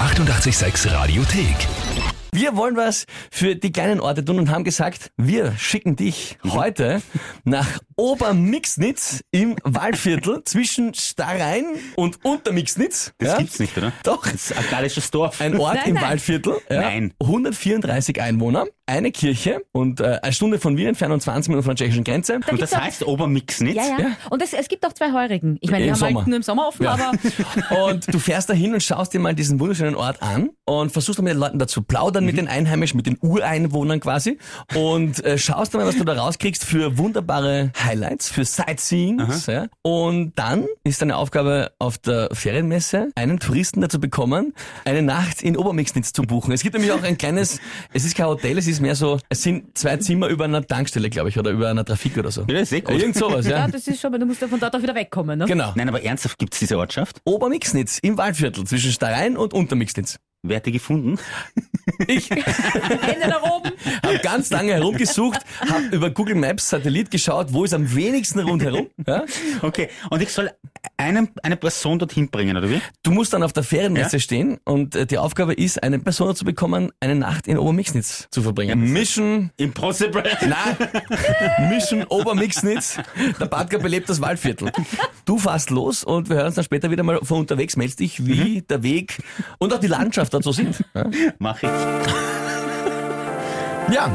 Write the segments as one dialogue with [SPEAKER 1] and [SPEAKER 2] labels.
[SPEAKER 1] 886 Radiothek.
[SPEAKER 2] Wir wollen was für die kleinen Orte tun und haben gesagt, wir schicken dich
[SPEAKER 3] Mhm.
[SPEAKER 2] heute nach Obermixnitz im Waldviertel zwischen Starrhein und Untermixnitz.
[SPEAKER 3] Das
[SPEAKER 2] ja?
[SPEAKER 3] gibt's nicht, oder?
[SPEAKER 2] Doch,
[SPEAKER 3] Das ist ein gallisches Dorf.
[SPEAKER 2] ein Ort
[SPEAKER 4] Nein,
[SPEAKER 2] im
[SPEAKER 4] nein.
[SPEAKER 2] Waldviertel. Ja.
[SPEAKER 3] Nein.
[SPEAKER 2] 134 Einwohner, eine Kirche und äh, eine Stunde von Wien entfernt und 20 Minuten von der tschechischen Grenze.
[SPEAKER 3] und das
[SPEAKER 4] gibt's auch-
[SPEAKER 3] heißt Obermixnitz.
[SPEAKER 4] Ja, ja.
[SPEAKER 2] Ja.
[SPEAKER 4] Und es, es gibt auch zwei Heurigen. Ich meine,
[SPEAKER 2] Im
[SPEAKER 4] die haben
[SPEAKER 2] Sommer.
[SPEAKER 4] halt nur im Sommer offen,
[SPEAKER 2] Ja.
[SPEAKER 4] aber
[SPEAKER 2] Und du fährst dahin und schaust dir mal diesen wunderschönen Ort an und versuchst dann mit den Leuten dazu plaudern,
[SPEAKER 3] Mhm.
[SPEAKER 2] mit den Einheimischen, mit den Ureinwohnern quasi und äh, schaust dann mal, was du da rauskriegst für wunderbare Highlights, für Sightseeings. Ja. Und dann ist deine Aufgabe auf der Ferienmesse, einen Touristen dazu bekommen, eine Nacht in Obermixnitz zu buchen. Es gibt nämlich auch ein kleines, es ist kein Hotel, es ist mehr so, es sind zwei Zimmer über einer Tankstelle, glaube ich, oder über einer Trafik oder so.
[SPEAKER 3] Ja, das ist eh gut.
[SPEAKER 2] Irgend sowas, ja.
[SPEAKER 4] ja, das ist schon, weil du musst ja von dort auch wieder wegkommen. Ne?
[SPEAKER 2] Genau.
[SPEAKER 3] Nein, aber ernsthaft gibt's diese Ortschaft?
[SPEAKER 2] Obermixnitz im Waldviertel zwischen Starrhein und Untermixnitz.
[SPEAKER 3] Wer hat die gefunden?
[SPEAKER 2] Ich Genau.
[SPEAKER 4] Hände nach oben.
[SPEAKER 2] habe ganz lange herumgesucht, habe über Google Maps Satellit geschaut, wo ist am wenigsten rundherum. Ja?
[SPEAKER 3] Okay, und ich soll einen, eine Person dorthin bringen, oder wie?
[SPEAKER 2] Du musst dann auf der Ferienmesse
[SPEAKER 3] Ja.
[SPEAKER 2] stehen und äh, die Aufgabe ist, eine Person dazu bekommen, eine Nacht in Obermixnitz zu verbringen. Mission,
[SPEAKER 3] Impossible.
[SPEAKER 2] na, Mission Obermixnitz. Der Badger belebt das Waldviertel. Du fährst los und wir hören uns dann später wieder mal von unterwegs. Meldest dich, wie
[SPEAKER 4] Mhm.
[SPEAKER 2] der Weg und auch die Landschaft dazu sind. Ja.
[SPEAKER 3] Mach ich.
[SPEAKER 2] Ja.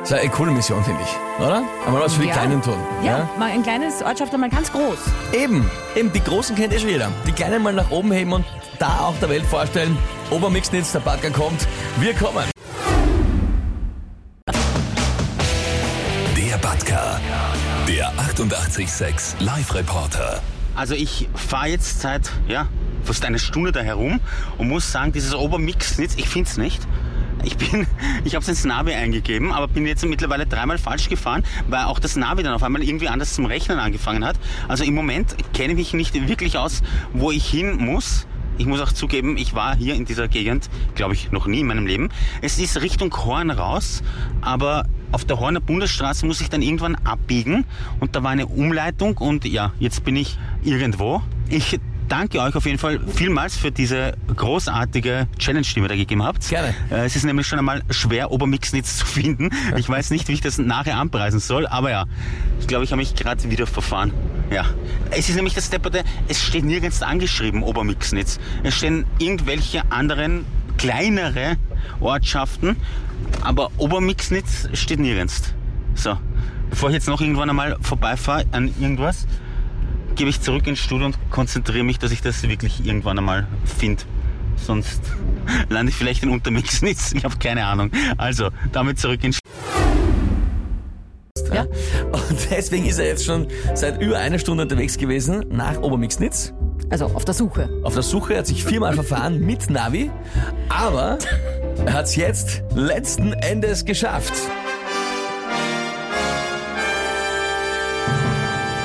[SPEAKER 2] Das ist eine coole Mission, finde ich, oder? Aber was für die
[SPEAKER 4] Ja.
[SPEAKER 2] kleinen tun.
[SPEAKER 4] Ja, mal ein kleines Ortschaft und mal ganz groß.
[SPEAKER 2] Eben, eben, die Großen kennt eh schon jeder. Die Kleinen mal nach oben heben und da auch der Welt vorstellen. Obermixnitz, der Bagger kommt, wir kommen.
[SPEAKER 1] Der Batka. Der 886 Live-Reporter.
[SPEAKER 3] Also ich fahre jetzt seit ja, fast einer Stunde da herum und muss sagen, dieses Obermixnitz, ich find's nicht. Ich bin, ich habe es ins Navi eingegeben, aber bin jetzt mittlerweile dreimal falsch gefahren, weil auch das Navi dann auf einmal irgendwie anders zum Rechnen angefangen hat. Also im Moment kenne ich mich nicht wirklich aus, wo ich hin muss. Ich muss auch zugeben, ich war hier in dieser Gegend, glaube ich, noch nie in meinem Leben. Es ist Richtung Horn raus, aber auf der Horner Bundesstraße muss ich dann irgendwann abbiegen und da war eine Umleitung und ja, jetzt bin ich irgendwo. Ich danke euch auf jeden Fall vielmals für diese großartige Challenge, die ihr mir da gegeben habt.
[SPEAKER 2] Gerne.
[SPEAKER 3] Äh, Es ist nämlich schon einmal schwer, Obermixnitz zu finden. Ich weiß nicht, wie ich das nachher anpreisen soll, aber ja, ich glaube, ich habe mich gerade wieder verfahren. Ja. Es ist nämlich das Depperte, es steht nirgends angeschrieben, Obermixnitz. Es stehen irgendwelche anderen, kleinere Ortschaften, aber Obermixnitz steht nirgends. So, bevor ich jetzt noch irgendwann einmal vorbeifahre an irgendwas, gebe ich zurück ins Studio und konzentriere mich, dass ich das wirklich irgendwann einmal finde. Sonst lande ich vielleicht in Untermixnitz. Ich habe keine Ahnung. Also, damit zurück ins
[SPEAKER 4] Ja.
[SPEAKER 2] Und deswegen ist er jetzt schon seit über einer Stunde unterwegs gewesen nach Obermixnitz.
[SPEAKER 4] Also auf der Suche.
[SPEAKER 2] Auf der Suche er hat sich viermal verfahren mit Navi, aber er hat es jetzt letzten Endes geschafft.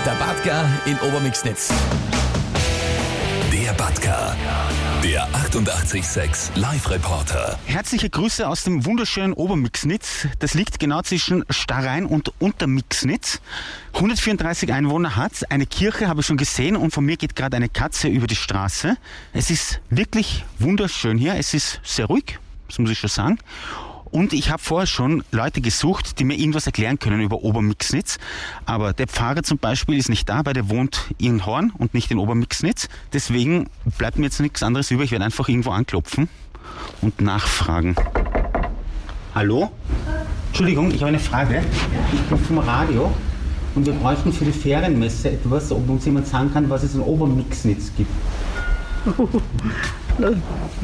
[SPEAKER 2] Der Badger in Obermixnitz.
[SPEAKER 1] Der Batka. Der 886 Live-Reporter.
[SPEAKER 3] Herzliche Grüße aus dem wunderschönen Obermixnitz. Das liegt genau zwischen Starrhein und Untermixnitz. 134 Einwohner hat Eine Kirche habe ich schon gesehen und von mir geht gerade eine Katze über die Straße. Es ist wirklich wunderschön hier. Es ist sehr ruhig, das muss ich schon sagen. Und ich habe vorher schon Leute gesucht, die mir irgendwas erklären können über Obermixnitz. Aber der Pfarrer zum Beispiel ist nicht da, weil der wohnt in Horn und nicht in Obermixnitz. Deswegen bleibt mir jetzt nichts anderes über. Ich werde einfach irgendwo anklopfen und nachfragen. Hallo? Entschuldigung, ich habe eine Frage. Ich bin vom Radio und wir bräuchten für die Ferienmesse etwas, ob uns jemand sagen kann, was es in Obermixnitz gibt.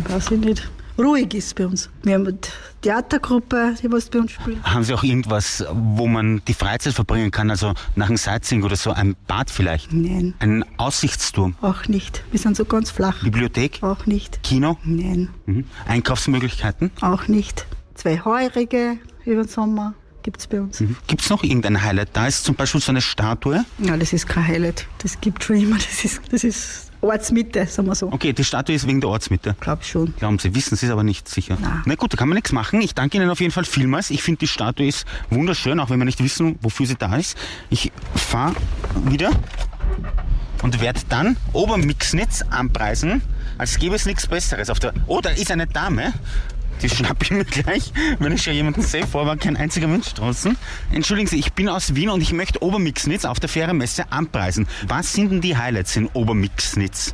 [SPEAKER 5] Weiß ich nicht. Ruhig ist bei uns. Wir haben eine Theatergruppe, die was bei uns spielt.
[SPEAKER 3] Haben Sie auch irgendwas, wo man die Freizeit verbringen kann, also nach einem Sightseeing oder so, ein Bad vielleicht?
[SPEAKER 5] Nein,
[SPEAKER 3] Ein Aussichtsturm,
[SPEAKER 5] auch nicht. Wir sind so ganz flach.
[SPEAKER 3] Bibliothek,
[SPEAKER 5] Auch nicht.
[SPEAKER 3] Kino,
[SPEAKER 5] Nein,
[SPEAKER 3] mhm. Einkaufsmöglichkeiten.
[SPEAKER 5] auch nicht. Zwei Heurige über den Sommer gibt es bei uns.
[SPEAKER 3] Gibt es Mhm. noch irgendein Highlight? Da ist zum Beispiel so eine Statue.
[SPEAKER 5] Ja, das ist kein Highlight. Das gibt schon immer. Das ist, das ist Ortsmitte, sagen wir so.
[SPEAKER 3] Okay, die Statue ist wegen der Ortsmitte.
[SPEAKER 5] Glaub schon.
[SPEAKER 3] Glauben Sie, wissen Sie es aber nicht sicher.
[SPEAKER 5] Na.
[SPEAKER 3] Na gut, da kann man nichts machen. Ich danke Ihnen auf jeden Fall vielmals. Ich finde, die Statue ist wunderschön, auch wenn wir nicht wissen, wofür sie da ist. Ich fahre wieder und werde dann Obermixnitz anpreisen, als gäbe es nichts Besseres. Auf der oh, da ist eine Dame. Die schnappe ich mir gleich, wenn ich schon jemanden sehe. Vor war kein einziger Mensch draußen. Entschuldigen Sie, ich bin aus Wien und ich möchte Obermixnitz auf der Fähremesse anpreisen. Was sind denn die Highlights in Obermixnitz?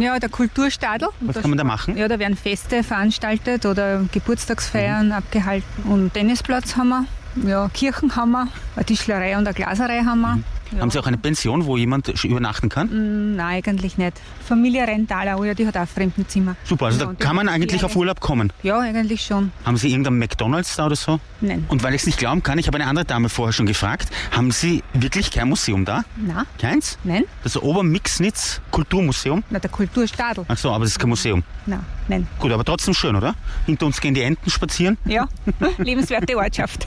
[SPEAKER 6] Ja, der Kulturstadel.
[SPEAKER 3] Was kann man da machen?
[SPEAKER 6] Ja, da werden Feste veranstaltet oder Geburtstagsfeiern
[SPEAKER 3] Mhm.
[SPEAKER 6] abgehalten. Und Tennisplatz haben wir, ja, Kirchen haben wir, eine Tischlerei und eine Glaserei haben wir. Ja.
[SPEAKER 3] Mhm. Haben Sie auch eine Pension, wo jemand schon übernachten kann?
[SPEAKER 6] Nein, eigentlich nicht. Familie Rentaler, oh ja, die hat auch Fremdenzimmer.
[SPEAKER 3] Super, also
[SPEAKER 6] ja,
[SPEAKER 3] da
[SPEAKER 6] und die
[SPEAKER 3] kann man
[SPEAKER 6] hat
[SPEAKER 3] eigentlich auf
[SPEAKER 6] Ferien.
[SPEAKER 3] Urlaub kommen.
[SPEAKER 6] Ja, eigentlich schon.
[SPEAKER 3] Haben Sie irgendeinen McDonalds da oder so?
[SPEAKER 6] Nein.
[SPEAKER 3] Und weil ich es nicht glauben kann, ich habe eine andere Dame vorher schon gefragt, haben Sie wirklich kein Museum da?
[SPEAKER 6] Na,
[SPEAKER 3] Keins?
[SPEAKER 6] nein.
[SPEAKER 3] Das Obermixnitz Kulturmuseum?
[SPEAKER 6] Na, der Kulturstadel.
[SPEAKER 3] Ach so, aber das ist kein Museum.
[SPEAKER 6] Na, nein.
[SPEAKER 3] Gut, aber trotzdem schön, oder? Hinter uns gehen die Enten spazieren.
[SPEAKER 6] Ja, lebenswerte Ortschaft.